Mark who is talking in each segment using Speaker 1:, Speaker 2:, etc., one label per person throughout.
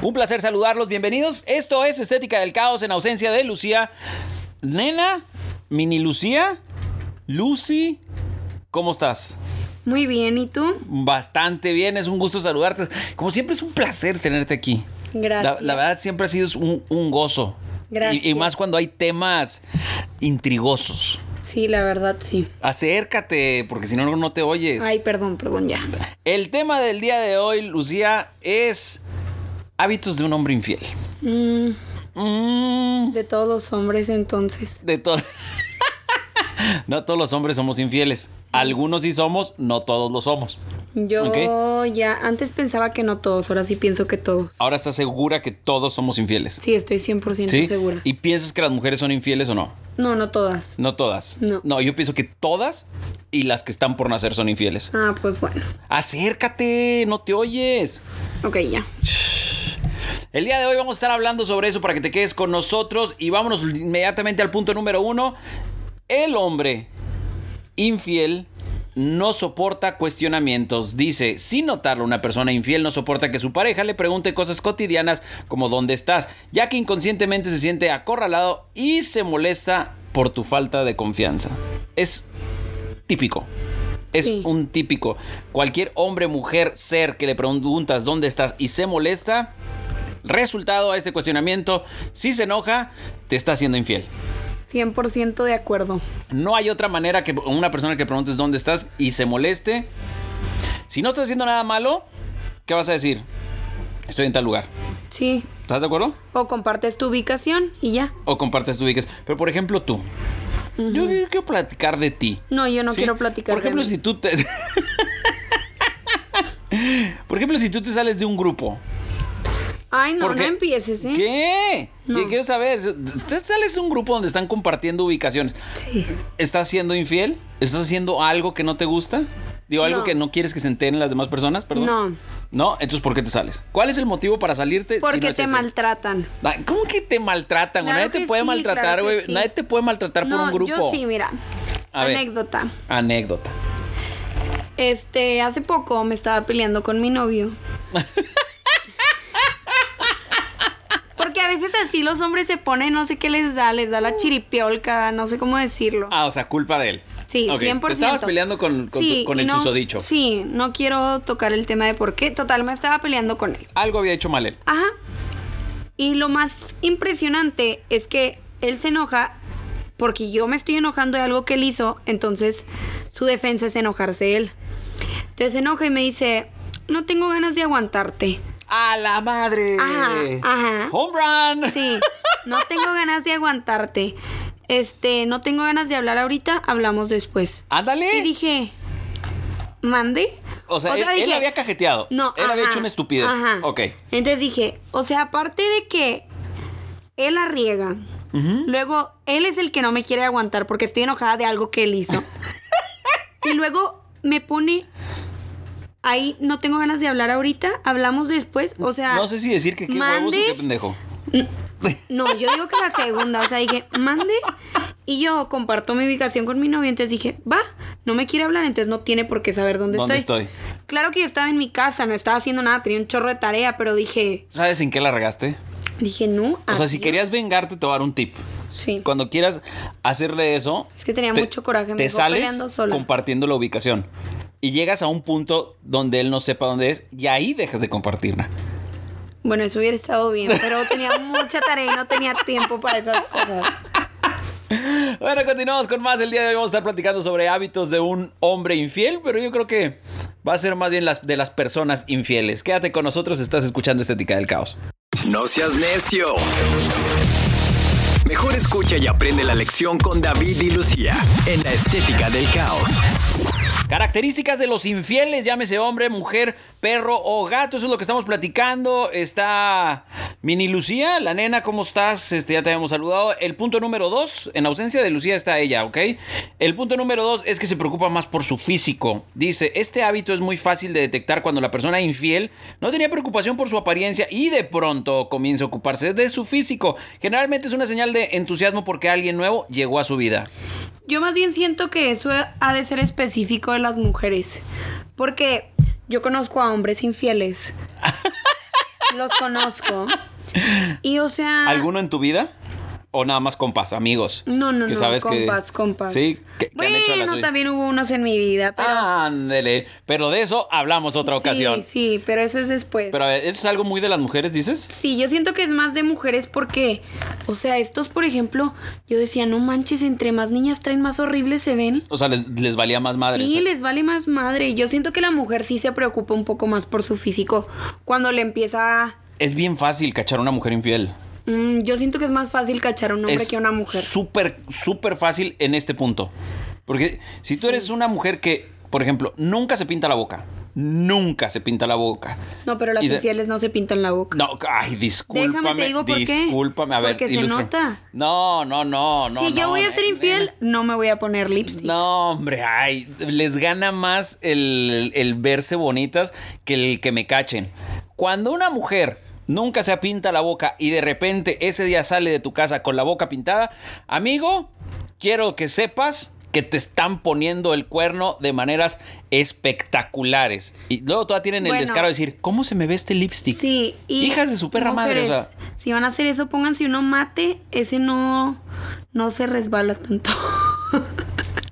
Speaker 1: Un placer saludarlos, bienvenidos. Esto es Estética del Caos en ausencia de Lucía. Nena, mini Lucía, Lucy, ¿cómo estás?
Speaker 2: Muy bien, ¿y tú?
Speaker 1: Bastante bien, es un gusto saludarte. Como siempre es un placer tenerte aquí. La,
Speaker 2: Gracias.
Speaker 1: la verdad siempre ha sido un, un gozo.
Speaker 2: Gracias.
Speaker 1: Y, y más cuando hay temas intrigosos.
Speaker 2: Sí, la verdad, sí.
Speaker 1: Acércate, porque si no, no te oyes.
Speaker 2: Ay, perdón, perdón, ya.
Speaker 1: El tema del día de hoy, Lucía, es hábitos de un hombre infiel.
Speaker 2: Mm,
Speaker 1: Mm,
Speaker 2: de todos los hombres, entonces.
Speaker 1: de todo. no todos los hombres somos infieles. Algunos sí somos, no todos lo somos.
Speaker 2: Yo
Speaker 1: Ok.
Speaker 2: ya antes pensaba que no todos, ahora sí pienso que todos.
Speaker 1: Ahora estás segura que todos somos infieles.
Speaker 2: Sí, estoy 100%
Speaker 1: ¿Sí?
Speaker 2: segura.
Speaker 1: ¿Y piensas que las mujeres son infieles o no?
Speaker 2: No, no todas.
Speaker 1: No todas.
Speaker 2: No.
Speaker 1: yo pienso que todas y las que están por nacer son infieles.
Speaker 2: Ah, pues bueno.
Speaker 1: Acércate, no te oyes.
Speaker 2: Ok, ya.
Speaker 1: El día de hoy vamos a estar hablando sobre eso para que te quedes con nosotros y vámonos inmediatamente al punto número uno. El hombre infiel no soporta cuestionamientos. Dice, sin notarlo, una persona infiel no soporta que su pareja le pregunte cosas cotidianas como dónde estás, ya que inconscientemente se siente acorralado y se molesta por tu falta de confianza. Es típico. Es
Speaker 2: Sí.
Speaker 1: un típico. Cualquier hombre, mujer, ser que le preguntas dónde estás y se molesta, resultado a este cuestionamiento, si se enoja, te está haciendo infiel.
Speaker 2: 100% de acuerdo.
Speaker 1: No hay otra manera que una persona que preguntes dónde estás y se moleste. Si no estás haciendo nada malo, ¿qué vas a decir? Estoy en tal lugar.
Speaker 2: Sí.
Speaker 1: ¿Estás de acuerdo?
Speaker 2: O compartes tu ubicación y ya.
Speaker 1: O compartes tu ubiques. Pero por ejemplo tú. Yo quiero platicar de ti.
Speaker 2: No, yo no
Speaker 1: ¿sí?
Speaker 2: quiero platicar.
Speaker 1: Por ejemplo,
Speaker 2: de
Speaker 1: si tú te... por ejemplo, si tú te sales de un grupo.
Speaker 2: Ay, no,
Speaker 1: ¿Por
Speaker 2: no
Speaker 1: qué?
Speaker 2: empieces, ¿eh?
Speaker 1: ¿Qué?
Speaker 2: No.
Speaker 1: ¿Qué quiero saber? Te sales de un grupo donde están compartiendo ubicaciones.
Speaker 2: Sí.
Speaker 1: ¿Estás siendo infiel? ¿Estás haciendo algo que no te gusta? Digo, algo
Speaker 2: No.
Speaker 1: que no quieres que se enteren las demás personas, perdón.
Speaker 2: No.
Speaker 1: No, entonces ¿por qué te sales? ¿Cuál es el motivo para salirte
Speaker 2: Porque
Speaker 1: si no es
Speaker 2: te
Speaker 1: ese?
Speaker 2: maltratan.
Speaker 1: Ah, ¿Cómo que te maltratan? güey?
Speaker 2: Claro
Speaker 1: Nadie te
Speaker 2: que
Speaker 1: puede
Speaker 2: sí,
Speaker 1: maltratar,
Speaker 2: claro que
Speaker 1: güey.
Speaker 2: sí.
Speaker 1: Nadie te puede maltratar por
Speaker 2: no,
Speaker 1: un grupo.
Speaker 2: yo sí, mira.
Speaker 1: A ver.
Speaker 2: Anécdota.
Speaker 1: Anécdota.
Speaker 2: Este, hace poco me estaba peleando con mi novio. Porque a veces así los hombres se ponen, no sé qué les da, les da la chiripiolca, no sé cómo decirlo.
Speaker 1: Ah, o sea, culpa de él.
Speaker 2: Sí,
Speaker 1: Ok,
Speaker 2: 100%.
Speaker 1: Te estabas peleando con, con,
Speaker 2: Sí,
Speaker 1: tu- con el
Speaker 2: y no-
Speaker 1: susodicho.
Speaker 2: Sí, no quiero tocar el tema de por qué. Total, me estaba peleando con él.
Speaker 1: Algo había hecho mal él.
Speaker 2: Ajá. Y lo más impresionante es que él se enoja porque yo me estoy enojando de algo que él hizo, entonces su defensa es enojarse él. Entonces se enoja y me dice, no tengo ganas de aguantarte.
Speaker 1: ¡A la madre!
Speaker 2: Ajá, ajá.
Speaker 1: ¡Home run!
Speaker 2: Sí, no tengo ganas de aguantarte. Este, no tengo ganas de hablar ahorita, hablamos después.
Speaker 1: ¡Ándale!
Speaker 2: Y dije, ¿mande?
Speaker 1: O sea, él- él
Speaker 2: dije,
Speaker 1: había cajeteado.
Speaker 2: No,
Speaker 1: Él había
Speaker 2: ajá,
Speaker 1: hecho una estupidez.
Speaker 2: ajá.
Speaker 1: Ok.
Speaker 2: Entonces dije, o sea, aparte de que él la riega, luego él es el que no me quiere aguantar porque estoy enojada de algo que él hizo. y luego me pone ahí, no tengo ganas de hablar ahorita, hablamos después. O sea,
Speaker 1: no sé si decir que qué huevos o
Speaker 2: mande-
Speaker 1: qué pendejo.
Speaker 2: no, yo digo que la segunda, o sea, dije, mande. Y yo comparto mi ubicación con mi novio, entonces dije, va, no me quiere hablar, entonces no tiene por qué saber dónde,
Speaker 1: ¿Dónde
Speaker 2: estoy.
Speaker 1: estoy?
Speaker 2: Claro que yo estaba en mi casa, no estaba haciendo nada, tenía un chorro de tarea, pero dije,
Speaker 1: ¿Sabes en qué la regaste?
Speaker 2: dije, no.
Speaker 1: O sea, si
Speaker 2: adiós.
Speaker 1: querías vengarte, te voy a dar un tip.
Speaker 2: Sí.
Speaker 1: Cuando quieras hacerle eso.
Speaker 2: Es que tenía mucho coraje, me
Speaker 1: Te
Speaker 2: dejó
Speaker 1: sales
Speaker 2: peleando sola.
Speaker 1: compartiendo la ubicación. Y llegas a un punto donde él no sepa dónde es y ahí dejas de compartirla.
Speaker 2: Bueno, eso hubiera estado bien, pero tenía mucha tarea y no tenía tiempo para esas cosas.
Speaker 1: Bueno, continuamos con más. El día de hoy vamos a estar platicando sobre hábitos de un hombre infiel, pero yo creo que va a ser más bien las, de las personas infieles. Quédate con nosotros, estás escuchando Estética del Caos.
Speaker 3: No seas necio. Mejor escucha y aprende la lección con David y Lucía en la Estética del Caos.
Speaker 1: Características de los infieles, llámese hombre, mujer, perro o gato. Eso es lo que estamos platicando. Está Mini Lucía, la nena, ¿cómo estás? Este, ya te habíamos saludado. El punto número dos, en ausencia de Lucía está ella, ¿ok? El punto número dos es que se preocupa más por su físico. Dice, este hábito es muy fácil de detectar cuando la persona infiel no tenía preocupación por su apariencia y de pronto comienza a ocuparse de su físico. Generalmente es una señal de entusiasmo porque alguien nuevo llegó a su vida.
Speaker 2: Yo más bien siento que eso ha de ser específico de las mujeres. Porque yo conozco a hombres infieles. Los conozco. Y o sea.
Speaker 1: ¿Alguno en tu vida? ¿O nada más compas, amigos?
Speaker 2: No, no,
Speaker 1: que
Speaker 2: no.
Speaker 1: sabes que-
Speaker 2: compas, compas.
Speaker 1: Sí, que, que han hecho las
Speaker 2: bueno,
Speaker 1: suyas.
Speaker 2: también hubo unos en mi vida. Pero,
Speaker 1: Ándele. Pero de eso hablamos otra ocasión.
Speaker 2: Sí, sí, pero eso es después.
Speaker 1: Pero a ver, ¿eso es algo muy de las mujeres, dices?
Speaker 2: Sí, yo siento que es más de mujeres porque, o sea, estos, por ejemplo, yo decía, no manches, entre más niñas traen, más horribles se ven.
Speaker 1: O sea, les, les valía más madre.
Speaker 2: sí,
Speaker 1: o sea.
Speaker 2: les vale más madre. Yo siento que la mujer sí se preocupa un poco más por su físico cuando le empieza a-
Speaker 1: Es bien fácil cachar a una mujer infiel.
Speaker 2: Mm, yo siento que es más fácil cachar a un hombre
Speaker 1: es
Speaker 2: que a una mujer.
Speaker 1: Súper, súper fácil en este punto. Porque si tú eres una mujer que, por ejemplo, nunca se pinta la boca. Nunca se pinta la boca.
Speaker 2: No, pero las
Speaker 1: y de-
Speaker 2: infieles no se pintan la boca.
Speaker 1: No, ay, discúlpame.
Speaker 2: Déjame te digo por qué.
Speaker 1: Discúlpame, a ver.
Speaker 2: Porque se
Speaker 1: ilustra.
Speaker 2: nota.
Speaker 1: No, no, no, no.
Speaker 2: si yo
Speaker 1: no,
Speaker 2: voy a
Speaker 1: ne-
Speaker 2: ser infiel, no me voy a poner lipstick.
Speaker 1: No, hombre, ay, les gana más el, el verse bonitas que el que me cachen. Cuando una mujer nunca se pinta la boca y de repente ese día sale de tu casa con la boca pintada, amigo, quiero que sepas que te están poniendo el cuerno de maneras espectaculares. Y luego todavía tienen el
Speaker 2: Bueno.
Speaker 1: descaro de decir, ¿cómo se me ve este lipstick?
Speaker 2: Sí, y
Speaker 1: Hijas de su perra madre, o sea.
Speaker 2: mujeres, Si van a hacer eso, pónganse uno mate, ese no, no se resbala tanto.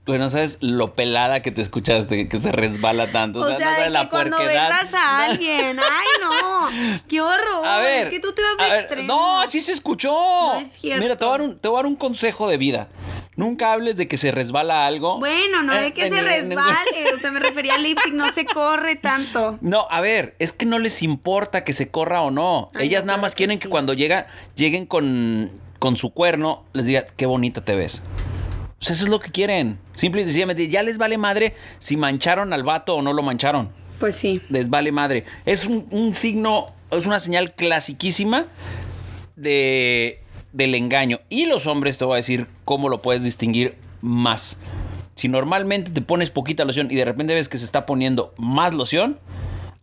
Speaker 1: Bueno, pues sabes lo pelada que te escuchaste, que se resbala tanto.
Speaker 2: O sea,
Speaker 1: no sabes
Speaker 2: de
Speaker 1: la
Speaker 2: que cuando
Speaker 1: puerquedad.
Speaker 2: besas a
Speaker 1: No.
Speaker 2: alguien, ay no, qué horror.
Speaker 1: A ver.
Speaker 2: es que tú te vas
Speaker 1: a
Speaker 2: de
Speaker 1: ver,
Speaker 2: extremo.
Speaker 1: No, sí se escuchó.
Speaker 2: es cierto.
Speaker 1: Mira, te voy, a dar un, te voy a dar un consejo de vida. Nunca hables de que se resbala algo.
Speaker 2: Bueno, no
Speaker 1: Eh,
Speaker 2: de que
Speaker 1: en-
Speaker 2: se
Speaker 1: en- en-
Speaker 2: resbale, o sea, me refería al lipstick, no se corre tanto.
Speaker 1: No, a ver, es que no les importa que se corra o no.
Speaker 2: Ay,
Speaker 1: Ellas
Speaker 2: no,
Speaker 1: nada
Speaker 2: claro
Speaker 1: más
Speaker 2: que
Speaker 1: quieren que,
Speaker 2: sí.
Speaker 1: cuando llega, lleguen con, con su cuerno, les diga, qué bonita te ves. O sea, eso es lo que quieren. Simple y sencillamente, ya les vale madre si mancharon al vato o no lo mancharon.
Speaker 2: Pues sí.
Speaker 1: les vale madre. Es un, un signo, es una señal clasiquísima de, del engaño. Y los hombres te voy a decir cómo lo puedes distinguir más. Si normalmente te pones poquita loción y de repente ves que se está poniendo más loción,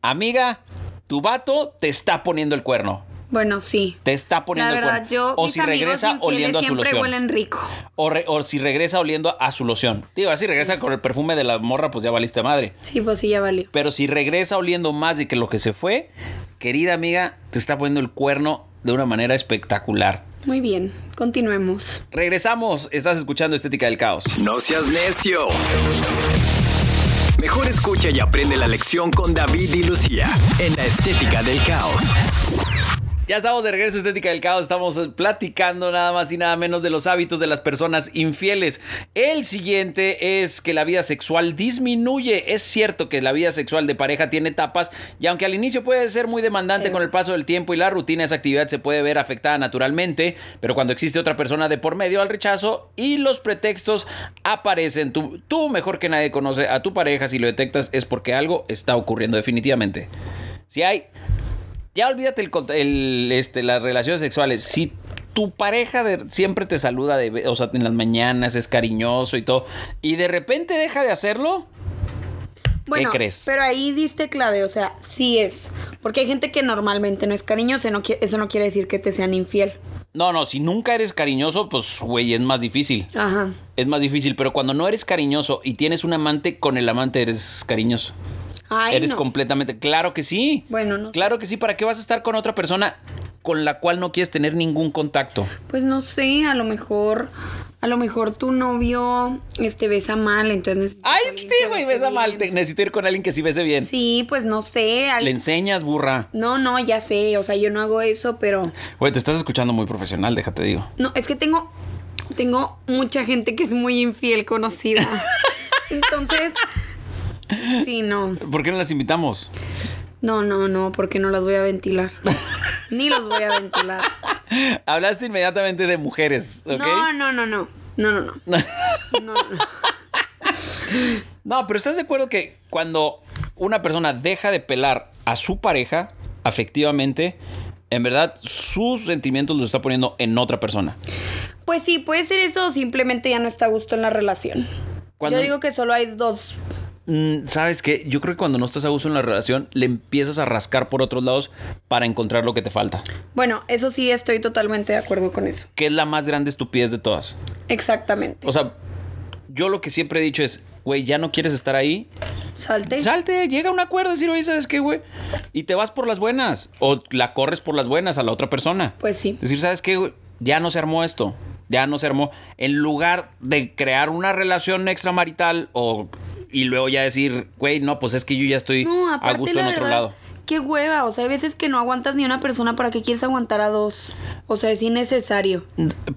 Speaker 1: amiga, tu vato te está poniendo el cuerno.
Speaker 2: Bueno, sí.
Speaker 1: Te está
Speaker 2: La
Speaker 1: poniendo
Speaker 2: verdad,
Speaker 1: el cuerno.
Speaker 2: yo
Speaker 1: o
Speaker 2: mis
Speaker 1: si
Speaker 2: amigos
Speaker 1: regresa
Speaker 2: infieles
Speaker 1: oliendo a su
Speaker 2: siempre
Speaker 1: loción.
Speaker 2: huelen rico.
Speaker 1: O, re- o si regresa oliendo a su loción. Digo, si regresa con el perfume de la morra, pues ya valiste madre.
Speaker 2: Sí, pues sí ya valió.
Speaker 1: Pero si regresa oliendo más de que lo que se fue, querida amiga, te está poniendo el cuerno de una manera espectacular.
Speaker 2: Muy bien, continuemos.
Speaker 1: Regresamos, estás escuchando Estética del Caos.
Speaker 3: No seas necio. Mejor escucha y aprende la lección con David y Lucía en la estética del caos.
Speaker 1: Ya estamos de regreso a Estética del Caos, estamos eh, platicando nada más y nada menos de los hábitos de las personas infieles. El siguiente es que la vida sexual disminuye. Es cierto que la vida sexual de pareja tiene etapas y aunque al inicio puede ser muy demandante
Speaker 2: Sí.
Speaker 1: con el paso del tiempo y la rutina, esa actividad se puede ver afectada naturalmente, pero cuando existe otra persona de por medio al rechazo y los pretextos aparecen, tú, tú mejor que nadie conoce a tu pareja, si lo detectas es porque algo está ocurriendo definitivamente. Si hay ya olvídate el, cont- el, este, las relaciones sexuales. Si tu pareja de- siempre te saluda, de, ve- o sea, en las mañanas es cariñoso y todo, y de repente deja de hacerlo,
Speaker 2: Bueno,
Speaker 1: crees?
Speaker 2: pero ahí diste clave, o sea, sí es. Porque hay gente que normalmente no es cariñosa, no qui- eso no quiere decir que te sean infiel.
Speaker 1: no, no, si nunca eres cariñoso, pues, güey, es más difícil.
Speaker 2: Ajá.
Speaker 1: Es más difícil, pero cuando no eres cariñoso y tienes un amante, con el amante eres cariñoso.
Speaker 2: Ay,
Speaker 1: eres
Speaker 2: no.
Speaker 1: completamente. Claro que sí.
Speaker 2: Bueno, no sé.
Speaker 1: Claro que sí. ¿Para qué vas a estar con otra persona con la cual no quieres tener ningún contacto?
Speaker 2: Pues no sé, a lo mejor, a lo mejor tu novio este besa mal, entonces.
Speaker 1: Ay,
Speaker 2: alguien
Speaker 1: sí,
Speaker 2: que
Speaker 1: güey,
Speaker 2: bese
Speaker 1: besa mal.
Speaker 2: bien.
Speaker 1: Te- Necesito ir con alguien que sí bese bien.
Speaker 2: Sí, pues no sé. al-
Speaker 1: Le enseñas, burra.
Speaker 2: No, no, ya sé, o sea, yo no hago eso, pero
Speaker 1: Güey, te estás escuchando muy profesional, déjate digo.
Speaker 2: no, es que tengo, tengo mucha gente que es muy infiel conocida. entonces, sí, no.
Speaker 1: ¿Por qué no las invitamos?
Speaker 2: No, no, no, porque no las voy a ventilar. Ni los voy a ventilar.
Speaker 1: Hablaste inmediatamente de mujeres, ¿ok?
Speaker 2: No, no, no, no. No, no, no. No, no, no.
Speaker 1: No, pero ¿estás de acuerdo que cuando una persona deja de pelar a su pareja afectivamente, en verdad sus sentimientos los está poniendo en otra persona?
Speaker 2: Pues sí, puede ser eso o simplemente ya no está a gusto en la relación.
Speaker 1: Cuando-
Speaker 2: Yo digo que solo hay dos.
Speaker 1: Mm, ¿Sabes qué? Yo creo que cuando no estás a gusto en la relación, le empiezas a rascar por otros lados para encontrar lo que te falta,
Speaker 2: Bueno, eso sí estoy totalmente de acuerdo con eso.
Speaker 1: que es la más grande estupidez de todas.
Speaker 2: Exactamente.
Speaker 1: O sea, yo lo que siempre he dicho es, güey, ya no quieres estar ahí,
Speaker 2: Salte.
Speaker 1: salte, llega a un acuerdo, decir, oye, ¿sabes qué, güey? Y te vas por las buenas, o la corres por las buenas a la otra persona.
Speaker 2: Pues sí.
Speaker 1: Decir, ¿sabes qué, güey? Ya no se armó esto, ya no se armó. En lugar de crear una relación extramarital o... Y luego ya decir, güey, no, pues es que yo ya estoy
Speaker 2: No,
Speaker 1: a
Speaker 2: aparte
Speaker 1: gusto
Speaker 2: la
Speaker 1: en otro
Speaker 2: verdad,
Speaker 1: lado.
Speaker 2: Qué hueva, o sea, hay veces que no aguantas ni una persona, ¿para qué quieres aguantar a dos? O sea, es innecesario.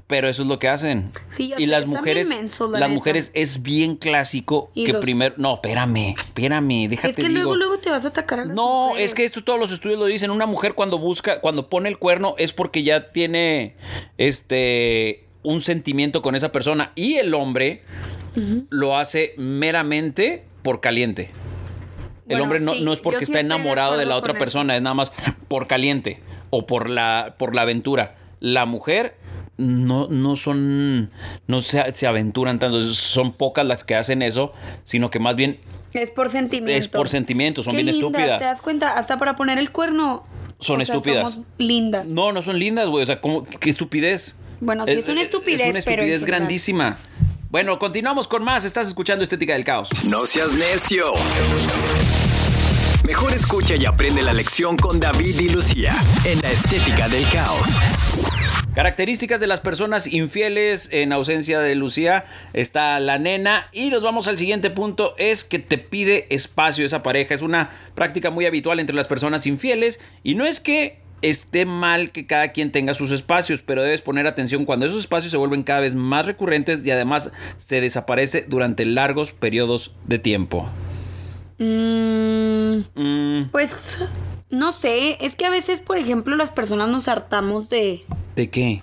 Speaker 1: Pero eso es lo que hacen.
Speaker 2: Sí, ya
Speaker 1: y
Speaker 2: sé,
Speaker 1: las
Speaker 2: están bien
Speaker 1: mujeres,
Speaker 2: mensos, la
Speaker 1: las
Speaker 2: neta.
Speaker 1: mujeres es bien clásico
Speaker 2: Y
Speaker 1: que
Speaker 2: los-
Speaker 1: primero, no, espérame, espérame, déjate
Speaker 2: es que
Speaker 1: digo.
Speaker 2: luego, luego te vas a atacar a las
Speaker 1: no,
Speaker 2: mujeres.
Speaker 1: es que esto todos los estudios lo dicen, una mujer cuando busca, cuando pone el cuerno es porque ya tiene este un sentimiento con esa persona y el hombre lo hace meramente por caliente. El
Speaker 2: Bueno,
Speaker 1: hombre no,
Speaker 2: sí,
Speaker 1: no es porque
Speaker 2: yo sí
Speaker 1: está
Speaker 2: estoy de
Speaker 1: enamorado de,
Speaker 2: acuerdo
Speaker 1: la
Speaker 2: con
Speaker 1: otra
Speaker 2: él.
Speaker 1: persona, es nada más por caliente o por la, por la aventura. La mujer no, no son, no se, se aventuran tanto, son pocas las que hacen eso, sino que más bien
Speaker 2: Es por sentimiento.
Speaker 1: Es por sentimiento, son
Speaker 2: Qué
Speaker 1: bien
Speaker 2: lindas,
Speaker 1: estúpidas.
Speaker 2: ¿Te das cuenta? Hasta para poner el cuerno.
Speaker 1: Son
Speaker 2: o sea,
Speaker 1: estúpidas.
Speaker 2: somos lindas.
Speaker 1: No, no son lindas, güey. O sea, ¿cómo? qué qué estupidez.
Speaker 2: Bueno, sí, es una estupidez,
Speaker 1: Es una
Speaker 2: pero en
Speaker 1: estupidez
Speaker 2: general.
Speaker 1: grandísima. Bueno, continuamos con más. Estás escuchando Estética del Caos.
Speaker 3: No seas necio. Mejor escucha y aprende la lección con David y Lucía en la estética del caos.
Speaker 1: Características de las personas infieles en ausencia de Lucía. Está la nena. Y nos vamos al siguiente punto. Es que te pide espacio esa pareja. Es una práctica muy habitual entre las personas infieles. Y no es que esté mal que cada quien tenga sus espacios, pero debes poner atención cuando esos espacios se vuelven cada vez más recurrentes y además se desaparece durante largos periodos de tiempo.
Speaker 2: Mm,
Speaker 1: Mm,
Speaker 2: pues no sé, es que a veces, por ejemplo, las personas nos hartamos de
Speaker 1: ¿De qué?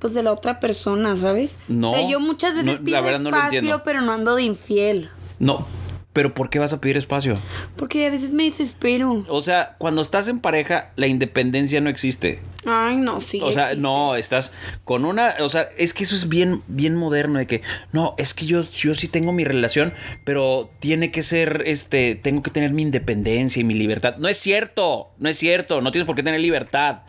Speaker 2: pues de la otra persona, ¿sabes?
Speaker 1: No,
Speaker 2: O sea, yo muchas veces
Speaker 1: no,
Speaker 2: pido
Speaker 1: la verdad no lo
Speaker 2: espacio,
Speaker 1: entiendo.
Speaker 2: pero no ando de infiel,
Speaker 1: No. ¿Pero por qué vas a pedir espacio?
Speaker 2: porque a veces me desespero.
Speaker 1: O sea, cuando estás en pareja, la independencia no existe.
Speaker 2: Ay, no, sí.
Speaker 1: O sea,
Speaker 2: existe.
Speaker 1: no, estás con una, o sea, es que eso es bien, bien moderno de que, no, es que yo, yo sí tengo mi relación, pero tiene que ser, este, tengo que tener mi independencia y mi libertad. No es cierto, no es cierto, no tienes por qué tener libertad.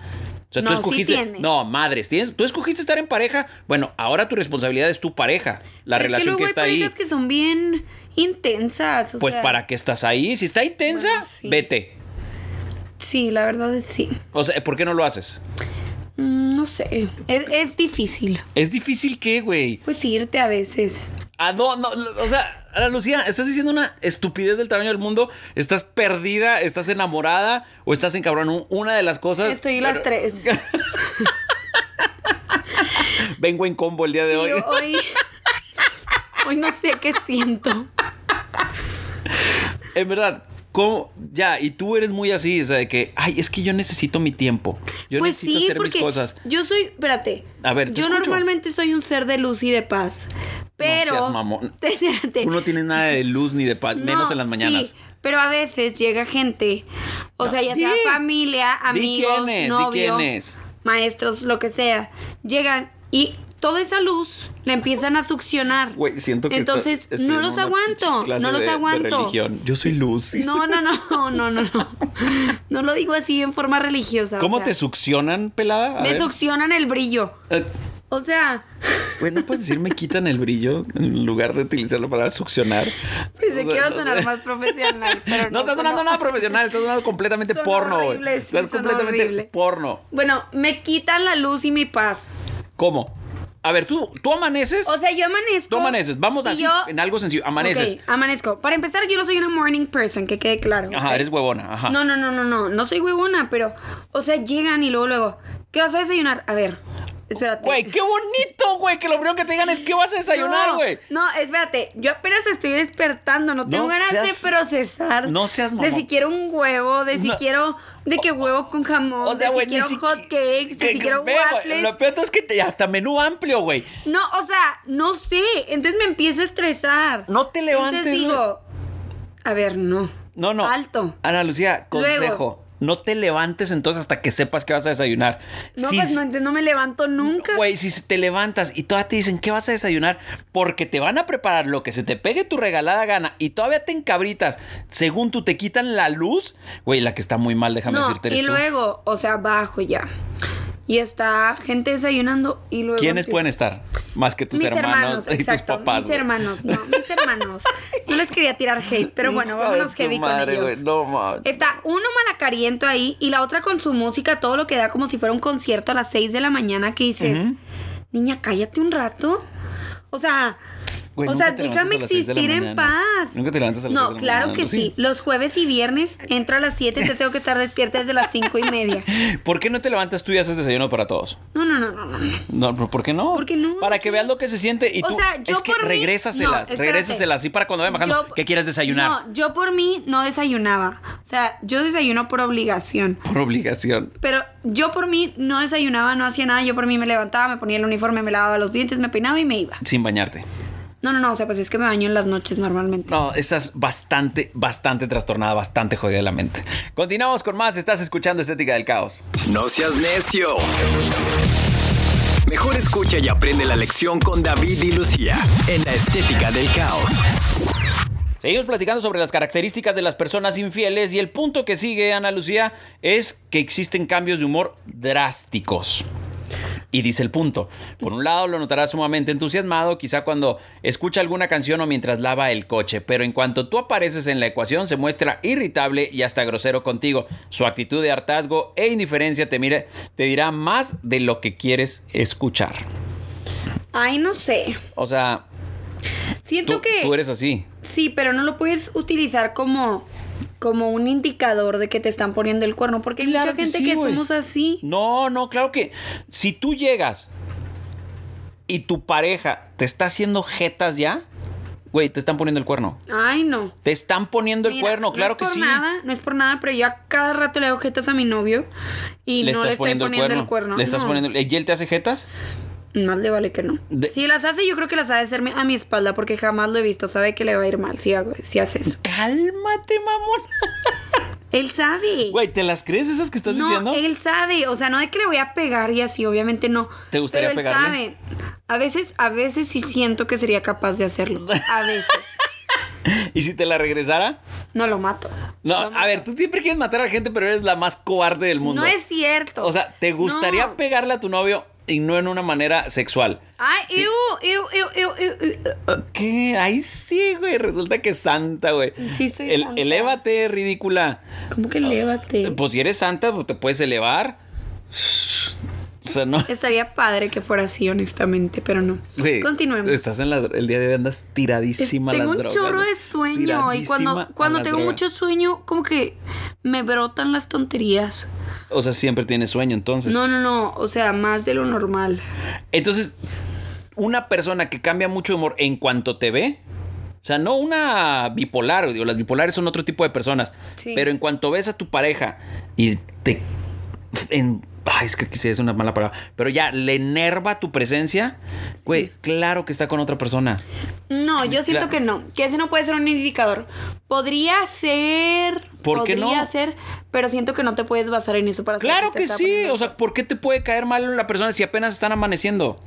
Speaker 1: O sea,
Speaker 2: No,
Speaker 1: tú
Speaker 2: sí
Speaker 1: escogiste,
Speaker 2: tienes.
Speaker 1: no, madres, tienes, tú escogiste estar en pareja. Bueno, ahora tu responsabilidad es tu pareja, la
Speaker 2: Pero es
Speaker 1: relación que,
Speaker 2: luego hay
Speaker 1: está ahí.
Speaker 2: parejas que son bien intensas, o
Speaker 1: Pues
Speaker 2: sea,
Speaker 1: para qué estás ahí, si está intensa,
Speaker 2: Bueno, sí.
Speaker 1: vete.
Speaker 2: Sí, la verdad es sí.
Speaker 1: O sea, ¿por qué no lo haces?
Speaker 2: Mm, No sé, es, es difícil.
Speaker 1: Es difícil que, güey.
Speaker 2: Pues irte a veces.
Speaker 1: ¿A dónde? No, O sea, Ana Lucía, estás diciendo una estupidez del tamaño del mundo. Estás perdida, estás enamorada o estás en cabrón. Un- Una de las cosas.
Speaker 2: Estoy las tres.
Speaker 1: Vengo en combo el día de hoy.
Speaker 2: Yo hoy, hoy no sé qué siento.
Speaker 1: En verdad, ¿cómo? Ya, y tú eres muy así, o sea, de que, ay, es que yo necesito mi tiempo. Yo
Speaker 2: pues
Speaker 1: necesito
Speaker 2: sí,
Speaker 1: hacer mis
Speaker 2: porque
Speaker 1: cosas.
Speaker 2: yo soy, espérate.
Speaker 1: A ver, te
Speaker 2: yo
Speaker 1: escucho.
Speaker 2: normalmente soy un ser de luz y de paz. Pero
Speaker 1: seas mamón.
Speaker 2: espérate.
Speaker 1: Tú no tienes nada de luz ni de paz, menos
Speaker 2: No,
Speaker 1: en las mañanas.
Speaker 2: sí, pero a veces llega gente, o sea, ya sea
Speaker 1: Di.
Speaker 2: familia,
Speaker 1: Di
Speaker 2: amigos,
Speaker 1: quién es, di
Speaker 2: novio,
Speaker 1: quién es.
Speaker 2: maestros, lo que sea, llegan y toda esa luz la empiezan a succionar.
Speaker 1: Güey, siento que
Speaker 2: Entonces,
Speaker 1: estás- estoy
Speaker 2: no
Speaker 1: en
Speaker 2: los
Speaker 1: una
Speaker 2: aguanto,
Speaker 1: pinche clase
Speaker 2: no los
Speaker 1: de- de
Speaker 2: aguanto.
Speaker 1: religión. Yo soy luz.
Speaker 2: No, no, no, no, no, no. No lo digo así en forma religiosa. o
Speaker 1: ¿Cómo
Speaker 2: sea,
Speaker 1: te succionan, pelada? A
Speaker 2: Me
Speaker 1: ver.
Speaker 2: succionan el brillo.
Speaker 1: Eh,
Speaker 2: O sea,
Speaker 1: Bueno, puedes decir me quitan el brillo en lugar de utilizar la palabra succionar.
Speaker 2: pensé
Speaker 1: O sea,
Speaker 2: que iba a
Speaker 1: no
Speaker 2: pues, sonar
Speaker 1: sé.
Speaker 2: más profesional. Pero
Speaker 1: No, está sonando
Speaker 2: sonó.
Speaker 1: nada profesional, está sonando completamente
Speaker 2: Sonó
Speaker 1: porno, güey.
Speaker 2: horrible, sí,
Speaker 1: Estás
Speaker 2: sonó
Speaker 1: completamente
Speaker 2: horrible.
Speaker 1: porno.
Speaker 2: Bueno, me quitan la luz y mi paz.
Speaker 1: ¿Cómo? A ver, tú, tú amaneces.
Speaker 2: O sea, yo amanezco.
Speaker 1: tú amaneces. Vamos
Speaker 2: y
Speaker 1: así,
Speaker 2: yo-
Speaker 1: en algo sencillo. Amaneces.
Speaker 2: Ok, amanezco. Para empezar, yo no soy una morning person, que quede claro.
Speaker 1: Ajá,
Speaker 2: ¿ok?
Speaker 1: eres huevona. Ajá.
Speaker 2: No, no, no, no, no. No soy huevona, pero. O sea, llegan y luego, luego. ¿Qué vas a desayunar? A ver. Espérate.
Speaker 1: Güey, qué bonito, No, güey, que lo primero que te digan es que vas a desayunar,
Speaker 2: No,
Speaker 1: güey.
Speaker 2: No, espérate, yo apenas estoy despertando, no tengo ganas
Speaker 1: seas-
Speaker 2: de procesar.
Speaker 1: no seas
Speaker 2: De
Speaker 1: mamón.
Speaker 2: si quiero un huevo, de si
Speaker 1: No.
Speaker 2: quiero, de que huevo con jamón, de si
Speaker 1: güey,
Speaker 2: quiero
Speaker 1: siqui-
Speaker 2: hot cakes, de
Speaker 1: que-
Speaker 2: si quiero
Speaker 1: ve, güey,
Speaker 2: waffles.
Speaker 1: Lo peor es que te- hasta menú amplio, güey.
Speaker 2: No, o sea, no sé, entonces me empiezo a estresar.
Speaker 1: No te levantes,
Speaker 2: Entonces digo, a ver, no.
Speaker 1: No, no.
Speaker 2: Alto.
Speaker 1: Ana Lucía,
Speaker 2: Luego.
Speaker 1: consejo. No te levantes entonces hasta que sepas que vas a desayunar.
Speaker 2: No,
Speaker 1: Si-
Speaker 2: pues no, no me levanto nunca.
Speaker 1: Güey, si te levantas y todavía te dicen que vas a desayunar porque te van a preparar lo que se te pegue tu regalada gana y todavía te encabritas según tú te quitan la luz, güey, la que está muy mal, déjame
Speaker 2: no,
Speaker 1: decirte eres
Speaker 2: y
Speaker 1: tú.
Speaker 2: luego, o sea, bajo ya. Y está gente desayunando y luego.
Speaker 1: ¿Quiénes
Speaker 2: empiezo-
Speaker 1: pueden estar? Más que tus
Speaker 2: mis
Speaker 1: hermanos,
Speaker 2: hermanos,
Speaker 1: y tus
Speaker 2: exacto,
Speaker 1: papás.
Speaker 2: Mis
Speaker 1: güey.
Speaker 2: hermanos, no, mis hermanos. No les quería tirar hate, pero bueno,
Speaker 1: Hijo de
Speaker 2: vámonos
Speaker 1: tu
Speaker 2: heavy
Speaker 1: madre,
Speaker 2: con ellos.
Speaker 1: güey, no mames.
Speaker 2: Está uno malacariento ahí y la otra con su música, todo lo que da como si fuera un concierto a las 6 de la mañana que dices, niña, cállate un rato. O sea,
Speaker 1: Güey,
Speaker 2: o
Speaker 1: nunca
Speaker 2: sea,
Speaker 1: te levantas
Speaker 2: déjame
Speaker 1: a las seis de la
Speaker 2: existir en
Speaker 1: mañana.
Speaker 2: paz.
Speaker 1: Nunca te levantas a las
Speaker 2: No,
Speaker 1: seis de la
Speaker 2: claro
Speaker 1: mañana,
Speaker 2: que
Speaker 1: Lucía.
Speaker 2: sí. Los jueves y viernes entro a las 7 y te tengo que estar despierta desde las 5 y media.
Speaker 1: ¿Por qué no te levantas tú y haces desayuno para todos?
Speaker 2: No, no, no, no, no. no.
Speaker 1: No, pero ¿por qué no?
Speaker 2: ¿Por qué no?
Speaker 1: Para que veas lo que se siente y
Speaker 2: O
Speaker 1: tú
Speaker 2: sea, yo
Speaker 1: es que
Speaker 2: por mí- no,
Speaker 1: regrésaselas,
Speaker 2: espérate.
Speaker 1: regrésaselas y para cuando vayan bajando,
Speaker 2: Yo-
Speaker 1: ¿qué quieres desayunar?
Speaker 2: No, yo por mí no desayunaba. O sea, yo desayuno por obligación.
Speaker 1: Por obligación.
Speaker 2: Pero yo por mí no desayunaba, no hacía nada. Yo por mí me levantaba, me ponía el uniforme, me lavaba los dientes, me peinaba y me iba.
Speaker 1: Sin bañarte.
Speaker 2: No, no, no. O sea, pues es que me baño en las noches normalmente.
Speaker 1: No, estás bastante, bastante trastornada, bastante jodida de la mente. Continuamos con más. Estás escuchando Estética del Caos.
Speaker 3: No seas necio. Mejor escucha y aprende la lección con David y Lucía en la estética del caos.
Speaker 1: Seguimos platicando sobre las características de las personas infieles y el punto que sigue Ana Lucía es que existen cambios de humor drásticos. Y dice el punto. Por un lado, lo notarás sumamente entusiasmado, quizá cuando escucha alguna canción o mientras lava el coche, pero en cuanto tú apareces en la ecuación, se muestra irritable y hasta grosero contigo. Su actitud de hartazgo e indiferencia te, mire- te dirá más de lo que quieres escuchar.
Speaker 2: Ay, no sé.
Speaker 1: O sea,
Speaker 2: Siento
Speaker 1: tú,
Speaker 2: que.
Speaker 1: tú eres así.
Speaker 2: Sí, pero no lo puedes utilizar como. Como un indicador de que te están poniendo el cuerno. Porque hay
Speaker 1: Claro
Speaker 2: mucha gente
Speaker 1: sí,
Speaker 2: que
Speaker 1: güey.
Speaker 2: somos así.
Speaker 1: No, no, claro que si tú llegas y tu pareja te está haciendo jetas ya, güey, te están poniendo el cuerno.
Speaker 2: Ay, no.
Speaker 1: Te están poniendo el
Speaker 2: Mira,
Speaker 1: cuerno, claro
Speaker 2: no
Speaker 1: que
Speaker 2: es por
Speaker 1: sí.
Speaker 2: Nada, no es por nada, pero yo a cada rato le hago jetas a mi novio y
Speaker 1: Le
Speaker 2: no
Speaker 1: estás
Speaker 2: le estoy
Speaker 1: poniendo, el cuerno. Le estás
Speaker 2: no.
Speaker 1: poniendo. ¿Y él te hace jetas?
Speaker 2: Más le vale que no.
Speaker 1: De-
Speaker 2: Si las hace, yo creo que las ha de hacer a mi espalda porque jamás lo he visto. Sabe que le va a ir mal si, hago, si hace eso.
Speaker 1: Cálmate, mamón.
Speaker 2: Él sabe.
Speaker 1: Güey, ¿te las crees esas que estás
Speaker 2: no,
Speaker 1: diciendo?
Speaker 2: él sabe. O sea, no es que le voy a pegar y así, obviamente no.
Speaker 1: ¿Te gustaría
Speaker 2: pero él
Speaker 1: pegarle?
Speaker 2: sabe. A veces, a veces sí siento que sería capaz de hacerlo. A veces.
Speaker 1: ¿Y si te la regresara?
Speaker 2: No lo mato.
Speaker 1: No,
Speaker 2: Lo
Speaker 1: a
Speaker 2: mato.
Speaker 1: ver, tú siempre quieres matar a la gente, pero eres la más cobarde del mundo.
Speaker 2: No es cierto.
Speaker 1: O sea, ¿te gustaría
Speaker 2: No.
Speaker 1: pegarle a tu novio y no en una manera sexual?
Speaker 2: Ay,
Speaker 1: Sí.
Speaker 2: iu, iu, iu, iu, iu, iu.
Speaker 1: ¿Qué? Ahí sí, güey. Resulta que es santa, güey.
Speaker 2: Sí, soy santa.
Speaker 1: Elévate, ridícula.
Speaker 2: ¿Cómo que lévate?
Speaker 1: Pues si eres santa, pues, te puedes elevar. O sea, no.
Speaker 2: Estaría padre que fuera así, honestamente, pero no.
Speaker 1: Güey,
Speaker 2: Continuemos.
Speaker 1: Estás en la, dro- el día de hoy andas tiradísima a
Speaker 2: tengo
Speaker 1: las
Speaker 2: un
Speaker 1: drogas,
Speaker 2: chorro
Speaker 1: güey.
Speaker 2: de sueño y
Speaker 1: Tiradísima
Speaker 2: cuando,
Speaker 1: a
Speaker 2: cuando
Speaker 1: las
Speaker 2: tengo
Speaker 1: drogas.
Speaker 2: mucho sueño, como que me brotan las tonterías.
Speaker 1: O sea, siempre tienes sueño, entonces.
Speaker 2: No, no, no, o sea, más de lo normal.
Speaker 1: Entonces, una persona que cambia mucho de humor en cuanto te ve, o sea, no una bipolar, digo, las bipolares son otro tipo de personas,
Speaker 2: Sí.
Speaker 1: pero en cuanto ves a tu pareja y te... en- ay, es que quisiera es una mala palabra, pero ya le enerva tu presencia, güey, claro que está con otra persona.
Speaker 2: No, yo
Speaker 1: Claro.
Speaker 2: siento que no, que ese no puede ser un indicador. Podría ser,
Speaker 1: ¿Por qué
Speaker 2: podría
Speaker 1: no?
Speaker 2: ser, pero siento que no te puedes basar en eso para saber
Speaker 1: Claro
Speaker 2: si te
Speaker 1: que
Speaker 2: está
Speaker 1: sí,
Speaker 2: poniendo-
Speaker 1: o sea, ¿por qué te puede caer mal la persona si apenas están amaneciendo?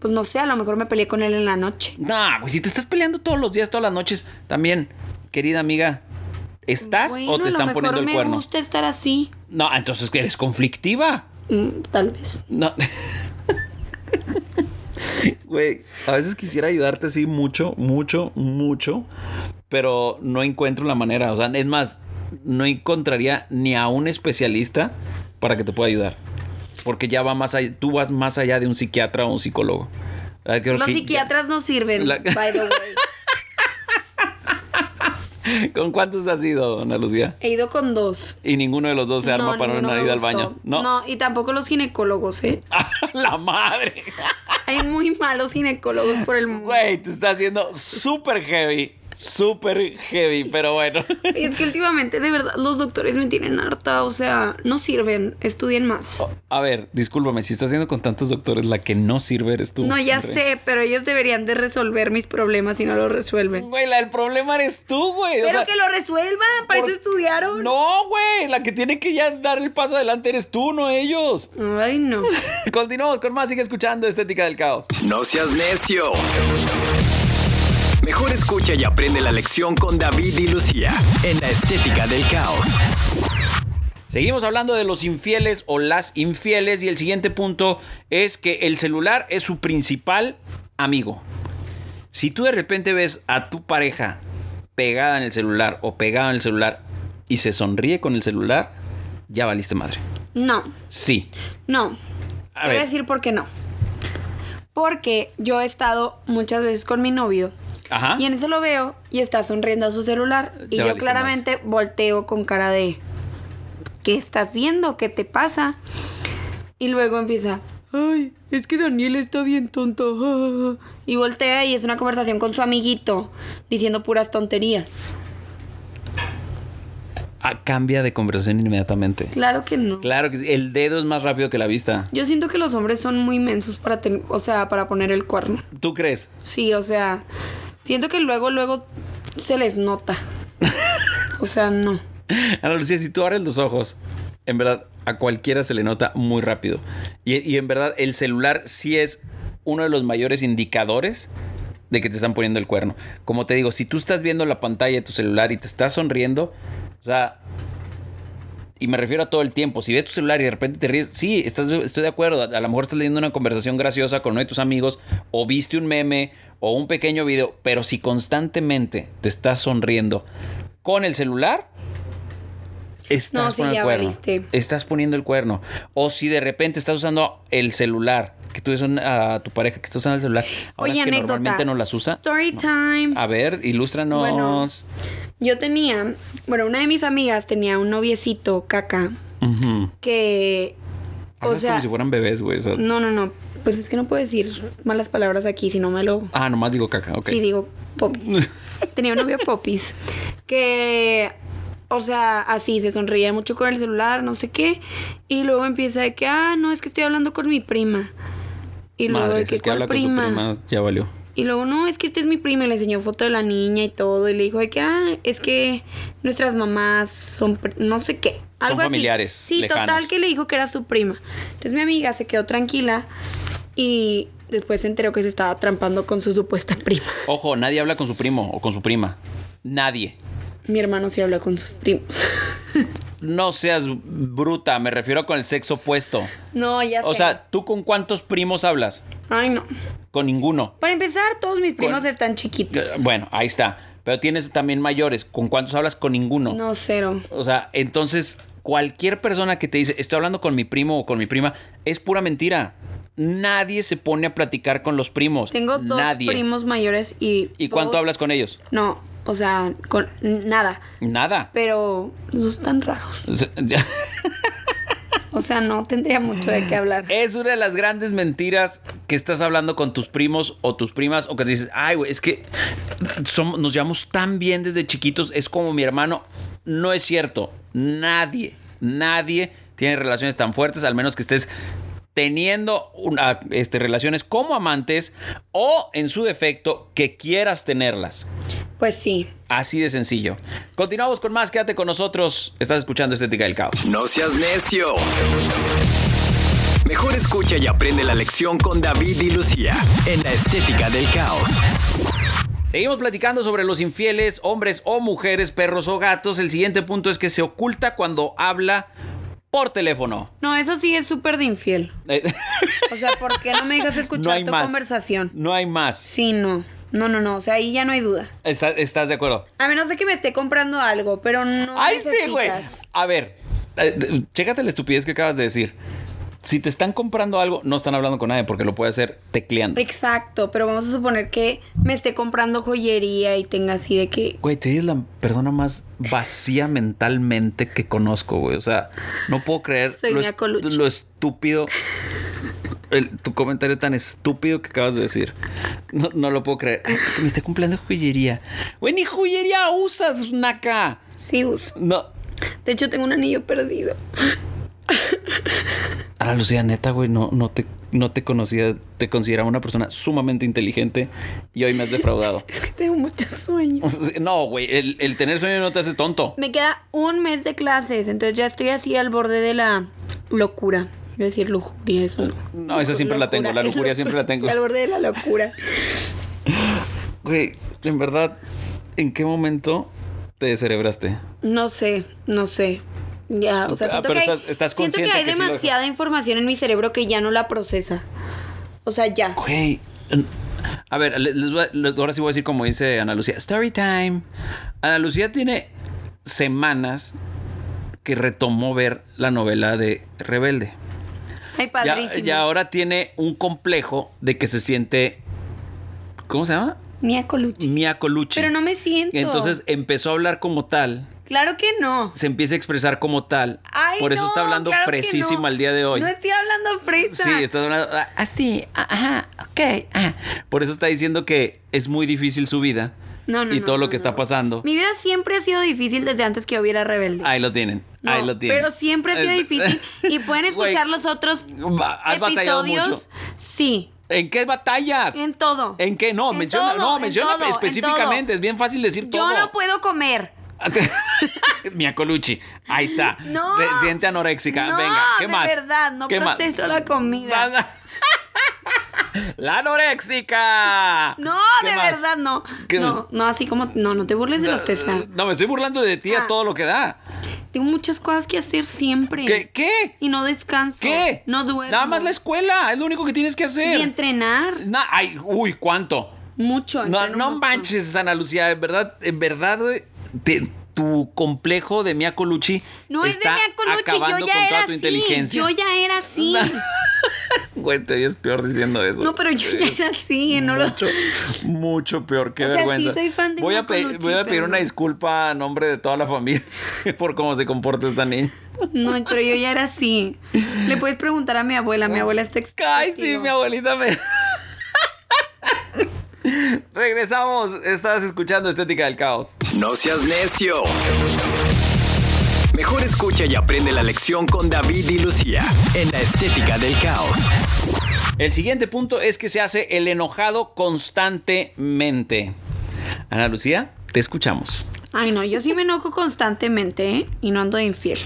Speaker 2: pues no sé, a lo mejor me peleé con él en la noche.
Speaker 1: Nah, güey, si te estás peleando todos los días, todas las noches, también, querida amiga, ¿estás o
Speaker 2: Bueno,
Speaker 1: te
Speaker 2: a
Speaker 1: están
Speaker 2: lo
Speaker 1: poniendo
Speaker 2: mejor
Speaker 1: el
Speaker 2: me
Speaker 1: cuerno?
Speaker 2: gusta estar así.
Speaker 1: No, ah, entonces que eres conflictiva.
Speaker 2: Mm, tal vez.
Speaker 1: No. Güey, a veces quisiera ayudarte así mucho, mucho, mucho, pero no encuentro la manera. O sea, es más, no encontraría ni a un especialista para que te pueda ayudar. Porque ya va más allá, tú vas más allá de un psiquiatra o un psicólogo. Ah, creo
Speaker 2: Los
Speaker 1: que ya-
Speaker 2: psiquiatras no sirven,
Speaker 1: La-
Speaker 2: by the way.
Speaker 1: ¿Con cuántos has ido, Ana Lucía?
Speaker 2: He ido con dos.
Speaker 1: Y ninguno de los dos se arma
Speaker 2: No,
Speaker 1: para
Speaker 2: ninguno
Speaker 1: una
Speaker 2: me
Speaker 1: ida al
Speaker 2: gustó.
Speaker 1: baño. No.
Speaker 2: No, y tampoco los ginecólogos, ¿eh?
Speaker 1: la madre.
Speaker 2: Hay muy malos ginecólogos por el mundo.
Speaker 1: Güey, te está haciendo súper heavy. Súper heavy, pero bueno.
Speaker 2: Y es que últimamente, de verdad, los doctores me tienen harta. O sea, no sirven. Estudien más.
Speaker 1: A ver, discúlpame, si estás haciendo con tantos doctores, la que no sirve eres tú.
Speaker 2: no, ya
Speaker 1: Andrea.
Speaker 2: sé, pero ellos deberían de resolver mis problemas y no lo resuelven.
Speaker 1: Güey, la, el problema eres tú, güey. o
Speaker 2: Pero
Speaker 1: sea,
Speaker 2: que lo resuelvan, para
Speaker 1: por-
Speaker 2: eso estudiaron.
Speaker 1: No, güey, la que tiene que ya dar el paso adelante eres tú, no ellos.
Speaker 2: Ay, no.
Speaker 1: Continuamos con más, sigue escuchando Estética del Caos.
Speaker 3: No seas necio. Mejor escucha y aprende la lección con David y Lucía en la estética del caos.
Speaker 1: Seguimos hablando de los infieles o las infieles y el siguiente punto es que el celular es su principal amigo. Si tú de repente ves a tu pareja pegada en el celular o pegado en el celular y se sonríe con el celular, ya valiste madre.
Speaker 2: No,
Speaker 1: Sí.
Speaker 2: no.
Speaker 1: A
Speaker 2: Te voy
Speaker 1: ver.
Speaker 2: a decir por qué no. Porque yo he estado muchas veces con mi novio
Speaker 1: Ajá.
Speaker 2: y en eso lo veo y está sonriendo a su celular y
Speaker 1: Ya
Speaker 2: yo
Speaker 1: valiste
Speaker 2: claramente volteo con cara de ¿qué estás viendo? ¿Qué te pasa? Y luego empieza, ay, es que Daniel está bien tonto. ah, ah, ah". Y voltea y es una conversación con su amiguito diciendo puras tonterías.
Speaker 1: Ah, cambia de conversación inmediatamente.
Speaker 2: Claro que no.
Speaker 1: Claro que sí, el dedo es más rápido que la vista.
Speaker 2: Yo siento que los hombres son muy mensos para ten- o sea, para poner el cuerno.
Speaker 1: ¿Tú crees?
Speaker 2: Sí, o sea, siento que luego, luego se les nota. O sea, no.
Speaker 1: Ana Lucía, si tú abres los ojos, en verdad, a cualquiera se le nota muy rápido. Y, y en verdad, el celular sí es uno de los mayores indicadores de que te están poniendo el cuerno. Como te digo, si tú estás viendo la pantalla de tu celular y te estás sonriendo, o sea, y me refiero a todo el tiempo, si ves tu celular y de repente te ríes, sí, estás, estoy de acuerdo, a, a lo mejor estás leyendo una conversación graciosa con uno de tus amigos, o viste un meme, o un pequeño video, pero si constantemente te estás sonriendo con el celular, Estás
Speaker 2: No, sí,
Speaker 1: poniendo el
Speaker 2: ya
Speaker 1: cuerno.
Speaker 2: valiste.
Speaker 1: Estás poniendo el cuerno. O si de repente estás usando el celular, que tú ves un- a tu pareja que está usando el celular. Ahora
Speaker 2: Oye,
Speaker 1: es que
Speaker 2: anécdota.
Speaker 1: normalmente no Ah. las usa.
Speaker 2: Story time.
Speaker 1: A ver, ilústranos.
Speaker 2: Bueno. Yo tenía, bueno, una de mis amigas tenía un noviecito, caca,
Speaker 1: Ujú.
Speaker 2: que, o
Speaker 1: Hablas
Speaker 2: sea,
Speaker 1: Ah, como si fueran bebés, güey. o sea-
Speaker 2: no, no, no, pues es que no puedo decir malas palabras aquí, si no me lo
Speaker 1: Ah, nomás digo caca, ok.
Speaker 2: Sí, digo, Popis. Tenía un novio Popis que, o sea, así se sonreía mucho con el celular, no sé qué. Y luego empieza de que, ah, no, es que estoy hablando con mi prima. Y luego
Speaker 1: Madres,
Speaker 2: de que,
Speaker 1: el que
Speaker 2: ¿cuál
Speaker 1: habla con su
Speaker 2: prima?
Speaker 1: prima ya valió.
Speaker 2: Y luego, no, es que esta es mi prima. Y le enseñó foto de la niña y todo. Y le dijo de que, ah, es que nuestras mamás son, pr- no sé qué. Algo así.
Speaker 1: familiares,
Speaker 2: Sí,
Speaker 1: lejanas.
Speaker 2: total, que le dijo que era su prima. Entonces mi amiga se quedó tranquila y después se enteró que se estaba trampando con su supuesta prima.
Speaker 1: Ojo, nadie habla con su primo o con su prima. Nadie.
Speaker 2: Mi hermano sí habla con sus primos.
Speaker 1: No seas bruta, me refiero con el sexo opuesto.
Speaker 2: no, ya
Speaker 1: O
Speaker 2: sé.
Speaker 1: sea, ¿tú con cuántos primos hablas?
Speaker 2: Ay, no.
Speaker 1: Con ninguno.
Speaker 2: Para empezar, todos mis primos
Speaker 1: Con-
Speaker 2: están
Speaker 1: Eh,
Speaker 2: chiquitos.
Speaker 1: Bueno, ahí está. Pero tienes también mayores. ¿Con cuántos hablas? Con ninguno.
Speaker 2: No, cero.
Speaker 1: O sea, entonces cualquier persona que te dice, estoy hablando con mi primo o con mi prima, es pura mentira. Nadie se pone a platicar con los primos.
Speaker 2: Tengo dos
Speaker 1: Nadie.
Speaker 2: primos mayores y...
Speaker 1: ¿Y cuánto
Speaker 2: todos-
Speaker 1: hablas con ellos?
Speaker 2: No, o sea, con nada.
Speaker 1: Nada.
Speaker 2: Pero esos están raros.
Speaker 1: O sea, ya-
Speaker 2: O sea, no tendría mucho de qué hablar.
Speaker 1: Es una de las grandes mentiras que estás hablando con tus primos o tus primas o que dices, ay, güey, es que som- nos llevamos tan bien desde chiquitos, es como mi hermano. No es cierto. Nadie, nadie tiene relaciones tan fuertes, al menos que estés teniendo una, este, relaciones como amantes o en su defecto que quieras tenerlas.
Speaker 2: Pues sí.
Speaker 1: Así de sencillo. Continuamos con más, quédate con nosotros. Estás escuchando Estética del Caos.
Speaker 3: No seas necio. Mejor escucha y aprende la lección con David y Lucía en la estética del caos.
Speaker 1: Seguimos platicando sobre los infieles, hombres o mujeres, perros o gatos. El siguiente punto es que se oculta cuando habla por teléfono.
Speaker 2: No, eso sí es súper de infiel.
Speaker 1: Eh,
Speaker 2: O sea, ¿por qué no me dejas
Speaker 1: no
Speaker 2: escuchar
Speaker 1: hay
Speaker 2: tu
Speaker 1: más.
Speaker 2: conversación?
Speaker 1: No hay más.
Speaker 2: Sí, no. No, no, no. O sea, ahí ya no hay duda.
Speaker 1: Está- ¿Estás de acuerdo?
Speaker 2: A menos de que me esté comprando algo, pero no
Speaker 1: ¡Ay, sí, güey!
Speaker 2: necesitas.
Speaker 1: A ver, eh, d- chécate la estupidez que acabas de decir. si te están comprando algo, no están hablando con nadie porque lo puede hacer tecleando.
Speaker 2: Exacto, pero vamos a suponer que me esté comprando joyería y tenga así de que.
Speaker 1: Güey, tú eres la persona más vacía mentalmente que conozco, güey. O sea, no puedo creer
Speaker 2: Soy
Speaker 1: lo,
Speaker 2: Mia Colucci.
Speaker 1: lo estúpido. el- tu comentario tan estúpido que acabas de decir. No, no lo puedo creer. Ay, que me está cumpliendo joyería. Güey, ni joyería usas, Naka.
Speaker 2: Sí, uso.
Speaker 1: No.
Speaker 2: De hecho, tengo un anillo perdido.
Speaker 1: A la Lucía, neta, güey, no, no, te, no te conocía, te consideraba una persona sumamente inteligente y hoy me has defraudado.
Speaker 2: Es que tengo muchos sueños.
Speaker 1: No, güey, el, el tener sueño no te hace tonto.
Speaker 2: Me queda un mes de clases, entonces ya estoy así al borde de la locura. Iba a decir lujuria, eso.
Speaker 1: No, esa siempre la tengo, la lujuria siempre la tengo.
Speaker 2: Al borde de la locura.
Speaker 1: Güey, en verdad, ¿en qué momento te descerebraste?
Speaker 2: No sé, no sé. Ya, o sea,
Speaker 1: Ah,
Speaker 2: siento
Speaker 1: pero
Speaker 2: que hay,
Speaker 1: estás- estás
Speaker 2: siento que
Speaker 1: consciente
Speaker 2: hay
Speaker 1: que sí lo
Speaker 2: demasiada información en mi cerebro que ya no la procesa. O sea, ya.
Speaker 1: Güey. en- A ver, le- les voy a- le- ahora sí voy a decir como dice Ana Lucía. Story time. Ana Lucía tiene semanas que retomó ver la novela de Rebelde.
Speaker 2: Ay,
Speaker 1: Ya-
Speaker 2: padrísimo.
Speaker 1: ya ahora tiene un complejo de que se siente... ¿Cómo se llama?
Speaker 2: Mía Colucci.
Speaker 1: Mia Colucci.
Speaker 2: Pero no me siento.
Speaker 1: Entonces empezó a hablar como tal,
Speaker 2: Claro que no.
Speaker 1: se empieza a expresar como tal.
Speaker 2: Ay,
Speaker 1: por eso
Speaker 2: no,
Speaker 1: está hablando
Speaker 2: claro que
Speaker 1: fresísima
Speaker 2: no.
Speaker 1: al día de hoy.
Speaker 2: No estoy hablando fresa.
Speaker 1: Sí, está hablando ah, así, ah, ajá, ok. ajá. Por eso está diciendo que es muy difícil su vida
Speaker 2: No, no,
Speaker 1: y
Speaker 2: no,
Speaker 1: todo lo
Speaker 2: no,
Speaker 1: que está
Speaker 2: no.
Speaker 1: pasando.
Speaker 2: Mi vida siempre ha sido difícil desde antes que yo viera Rebelde.
Speaker 1: Ahí lo tienen,
Speaker 2: No,
Speaker 1: ahí lo tienen.
Speaker 2: Pero siempre ha sido
Speaker 1: Eh,
Speaker 2: difícil. Y pueden
Speaker 1: güey,
Speaker 2: escuchar los otros
Speaker 1: ba- Has batallado mucho.
Speaker 2: episodios. Sí,
Speaker 1: ¿En qué batallas?
Speaker 2: en todo.
Speaker 1: ¿En qué? No,
Speaker 2: En
Speaker 1: menciona,
Speaker 2: todo,
Speaker 1: no,
Speaker 2: en
Speaker 1: menciona
Speaker 2: todo, en
Speaker 1: específicamente.
Speaker 2: todo.
Speaker 1: Es bien fácil decir todo.
Speaker 2: Yo no puedo comer.
Speaker 1: Mia Colucci, ahí está.
Speaker 2: No.
Speaker 1: Se siente anoréxica.
Speaker 2: No,
Speaker 1: Venga, ¿qué
Speaker 2: de
Speaker 1: más?
Speaker 2: verdad, no
Speaker 1: ¿Qué más?
Speaker 2: proceso la comida.
Speaker 1: Nada. La anoréxica.
Speaker 2: No,
Speaker 1: ¿Qué
Speaker 2: de
Speaker 1: más?
Speaker 2: verdad no.
Speaker 1: ¿Qué más?
Speaker 2: No, no, así como. No, no te burles de los testa.
Speaker 1: No, me estoy burlando de ti a
Speaker 2: Ah.
Speaker 1: todo lo que da.
Speaker 2: Tengo muchas cosas que hacer siempre.
Speaker 1: ¿Qué? ¿Qué?
Speaker 2: Y no descanso.
Speaker 1: ¿Qué?
Speaker 2: No duermo.
Speaker 1: Nada más la escuela, es lo único que tienes que hacer.
Speaker 2: Y entrenar.
Speaker 1: Na- ay, uy, ¿cuánto?
Speaker 2: Mucho.
Speaker 1: No,
Speaker 2: entreno
Speaker 1: no
Speaker 2: mucho.
Speaker 1: manches, Ana Lucía, en verdad, en verdad, güey, te- tu complejo de Mia Colucci
Speaker 2: No es de
Speaker 1: está
Speaker 2: Mia Colucci, yo
Speaker 1: acabando con
Speaker 2: ya
Speaker 1: toda
Speaker 2: era
Speaker 1: tu
Speaker 2: así.
Speaker 1: inteligencia.
Speaker 2: Yo ya era así.
Speaker 1: Güey, te oyes peor diciendo eso.
Speaker 2: No, pero yo ya era así, no lo.
Speaker 1: mucho, mucho peor, qué
Speaker 2: O sea, sí,
Speaker 1: vergüenza.
Speaker 2: soy fan de
Speaker 1: voy, a
Speaker 2: Mia
Speaker 1: pe-
Speaker 2: Colucci,
Speaker 1: voy a pedir
Speaker 2: pero
Speaker 1: una
Speaker 2: no.
Speaker 1: disculpa a nombre de toda la familia por cómo se comporta esta niña.
Speaker 2: No, pero yo ya era así. Le puedes preguntar a mi abuela, mi abuela está ex-
Speaker 1: Ay, sí,
Speaker 2: testigo.
Speaker 1: mi abuelita me. Regresamos. Estás escuchando Estética del Caos.
Speaker 3: No seas necio. Mejor escucha y aprende la lección con David y Lucía en la estética del caos.
Speaker 1: El siguiente punto es que se hace el enojado constantemente. Ana Lucía, te escuchamos.
Speaker 2: Ay, no, yo sí me enojo constantemente ¿eh? y no ando de infiel.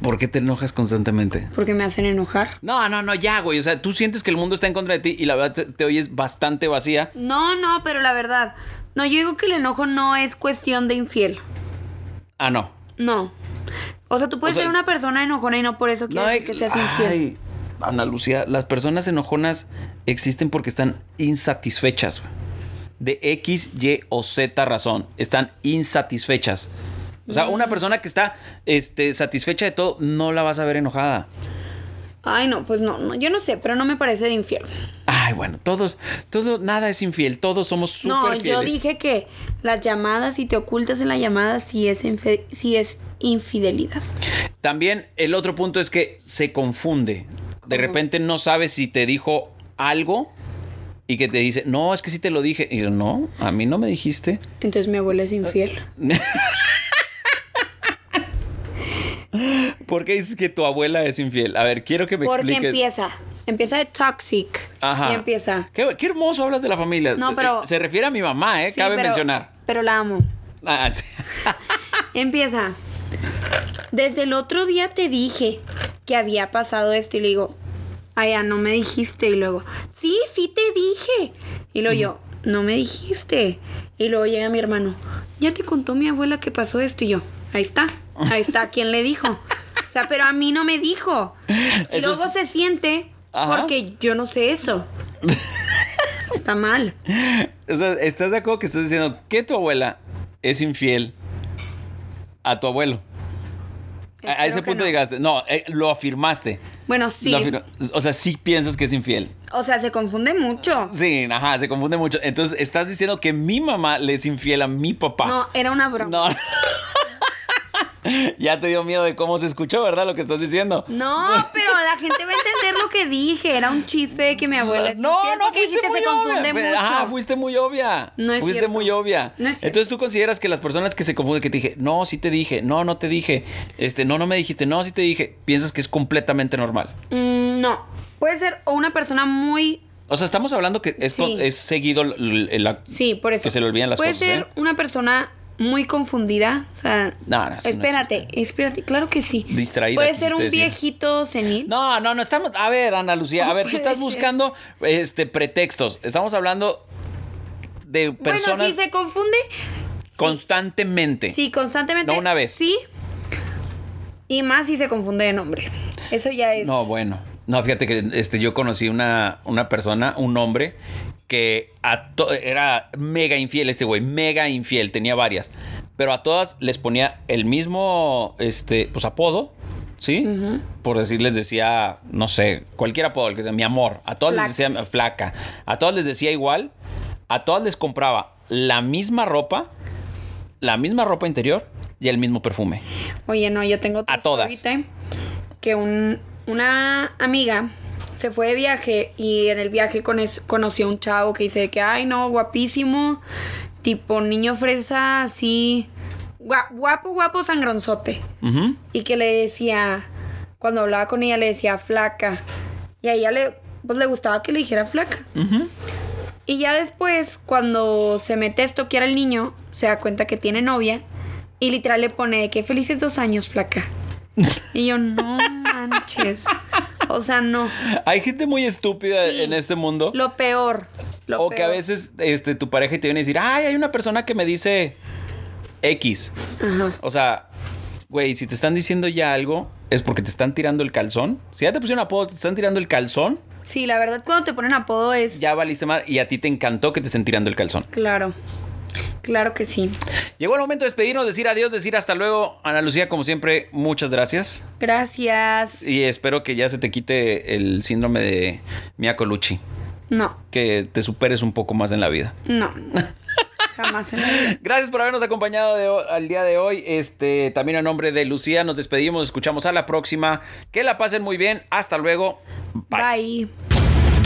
Speaker 1: ¿Por qué te enojas constantemente?
Speaker 2: Porque me hacen enojar.
Speaker 1: No, no, no, ya, güey. O sea, tú sientes que el mundo está en contra de ti y la verdad te, te oyes bastante vacía.
Speaker 2: No, no, pero la verdad. No, yo digo que el enojo no es cuestión de infiel.
Speaker 1: Ah, no.
Speaker 2: No. O sea, tú puedes
Speaker 1: O sea, es-
Speaker 2: ser una persona enojona y no por eso
Speaker 1: No
Speaker 2: quieres que seas infiel.
Speaker 1: ay, Ana Lucía, las personas enojonas existen porque están insatisfechas. güey. De X, Y o Z razón. Están insatisfechas. O sea,
Speaker 2: Mm.
Speaker 1: una persona que está este, satisfecha de todo, no la vas a ver enojada.
Speaker 2: Ay, no, pues no, no, yo no sé, pero no me parece de infiel.
Speaker 1: Ay, bueno, todos, todo, nada es infiel, todos somos súper
Speaker 2: No,
Speaker 1: fieles.
Speaker 2: yo dije que las llamadas, si te ocultas en la llamada, sí es, infe- sí es infidelidad.
Speaker 1: También el otro punto es que se confunde. De repente no sabes si te dijo algo y que te dice, no, es que sí te lo dije. Y yo, no, a mí no me dijiste.
Speaker 2: Entonces mi abuela es infiel.
Speaker 1: Ah, ¿Por qué dices que tu abuela es infiel? A ver, quiero que me
Speaker 2: Porque
Speaker 1: expliques.
Speaker 2: empieza. Empieza de toxic.
Speaker 1: Ajá.
Speaker 2: Y empieza.
Speaker 1: Qué, qué hermoso hablas de la familia.
Speaker 2: No, pero-
Speaker 1: Eh, Se refiere a mi mamá, ¿eh?
Speaker 2: Sí,
Speaker 1: Cabe
Speaker 2: pero-
Speaker 1: mencionar.
Speaker 2: Pero la amo.
Speaker 1: Ah, sí.
Speaker 2: Empieza. Desde el otro día te dije que había pasado esto y le digo, ay, ah, no me dijiste. Y luego, sí, sí te dije. Y luego yo, no me dijiste. Y luego llega mi hermano, ya te contó mi abuela que pasó esto. Y yo, ahí está, ahí está, ¿quién le dijo? O sea, pero a mí no me dijo. Y luego
Speaker 1: Entonces-
Speaker 2: se siente
Speaker 1: Ajá.
Speaker 2: porque yo no sé eso. Está mal.
Speaker 1: O sea, ¿estás de acuerdo que estás diciendo que tu abuela es infiel a tu abuelo? A- A,
Speaker 2: Espero
Speaker 1: ese
Speaker 2: que
Speaker 1: punto
Speaker 2: no.
Speaker 1: llegaste. No, eh, lo afirmaste.
Speaker 2: Bueno, sí.
Speaker 1: La fino- o sea, sí piensas que es infiel.
Speaker 2: O sea, se confunde mucho.
Speaker 1: Sí, ajá, se confunde mucho. Entonces, estás diciendo que mi mamá le es infiel a mi papá.
Speaker 2: No, era una broma.
Speaker 1: No. ya te dio miedo de cómo se escuchó, ¿verdad? Lo que estás diciendo.
Speaker 2: No. pero la gente va a entender lo que dije. Era un chiste de que mi abuela. pues, es
Speaker 1: Ah, No,
Speaker 2: infiel,
Speaker 1: no,
Speaker 2: porque
Speaker 1: fuiste
Speaker 2: dijiste,
Speaker 1: muy
Speaker 2: se confunde
Speaker 1: obvia.
Speaker 2: mucho.
Speaker 1: Ajá, fuiste muy obvia.
Speaker 2: No es
Speaker 1: Fuiste
Speaker 2: cierto.
Speaker 1: muy obvia.
Speaker 2: No es cierto.
Speaker 1: Entonces tú consideras que las personas que se confunden, que te dije, no, sí te dije, no, no te dije, este, no, no me dijiste, no, sí te dije, piensas que es completamente normal.
Speaker 2: Mm, no. Puede ser o una persona muy.
Speaker 1: O sea, estamos hablando que es,
Speaker 2: Sí.
Speaker 1: es seguido l- l- la-
Speaker 2: Sí, por eso.
Speaker 1: que se le olvidan las
Speaker 2: Puede
Speaker 1: cosas.
Speaker 2: ser
Speaker 1: ¿eh?
Speaker 2: una persona muy confundida. O sea.
Speaker 1: No, no, eso no
Speaker 2: espérate, espérate. Claro que sí.
Speaker 1: Distraída,
Speaker 2: Puede
Speaker 1: quisiste
Speaker 2: ser un
Speaker 1: decir.
Speaker 2: viejito senil.
Speaker 1: No, no, no estamos. A ver, Ana Lucía, a
Speaker 2: No
Speaker 1: ver, tú
Speaker 2: puede
Speaker 1: estás
Speaker 2: ser.
Speaker 1: buscando este pretextos. Estamos hablando de personas
Speaker 2: Bueno, si se confunde,
Speaker 1: constantemente.
Speaker 2: sí, constantemente.
Speaker 1: No una vez.
Speaker 2: Sí. Y más si se confunde de nombre. Eso ya es.
Speaker 1: No, bueno. No, fíjate que este, yo conocí una, una persona, un hombre, que a to- era mega infiel este güey, mega infiel, tenía varias. Pero a todas les ponía el mismo este, pues, apodo, ¿sí? Por decir, les decía, no sé, cualquier apodo, el que sea, mi amor. A todas les
Speaker 2: Flaca.
Speaker 1: decía flaca. A todas les decía igual. A todas les compraba la misma ropa, la misma ropa interior y el mismo perfume.
Speaker 2: Oye, no, yo tengo otra
Speaker 1: A todas.
Speaker 2: story time, que un- una amiga se fue de viaje y en el viaje con es- conoció a un chavo que dice que, ay, no, guapísimo, tipo niño fresa, así, gua- guapo, guapo, sangronzote.
Speaker 1: Ujú.
Speaker 2: Y que le decía, cuando hablaba con ella, le decía flaca. Y a ella le, pues, le gustaba que le dijera flaca. Y ya después, cuando se mete a estoquear al niño, se da cuenta que tiene novia. Y literal le pone de que felices dos años, flaca. Y yo, no manches. O sea, no.
Speaker 1: Hay gente muy estúpida
Speaker 2: Sí.
Speaker 1: en este mundo.
Speaker 2: Lo peor. lo
Speaker 1: o que a
Speaker 2: peor.
Speaker 1: veces este, tu pareja te viene a decir, ay, hay una persona que me dice X.
Speaker 2: Ajá.
Speaker 1: O sea, güey, si te están diciendo ya algo, es porque te están tirando el calzón. Si ya te pusieron apodo, te están tirando el calzón,
Speaker 2: Sí, la verdad, cuando te ponen apodo es.
Speaker 1: ya valiste mal y a ti te encantó que te estén tirando el calzón.
Speaker 2: Claro. Claro que sí.
Speaker 1: Llegó el momento de despedirnos, decir adiós, decir hasta luego. Ana Lucía, como siempre, muchas gracias.
Speaker 2: Gracias.
Speaker 1: Y espero que ya se te quite el síndrome de Mia Colucci.
Speaker 2: No,
Speaker 1: Que te superes un poco más en la vida.
Speaker 2: no. Jamás en la vida.
Speaker 1: Gracias por habernos acompañado de ho- al día de hoy. Este, también a nombre de Lucía, nos despedimos, escuchamos a la próxima. Que la pasen muy bien. Hasta luego. Bye.
Speaker 2: Bye.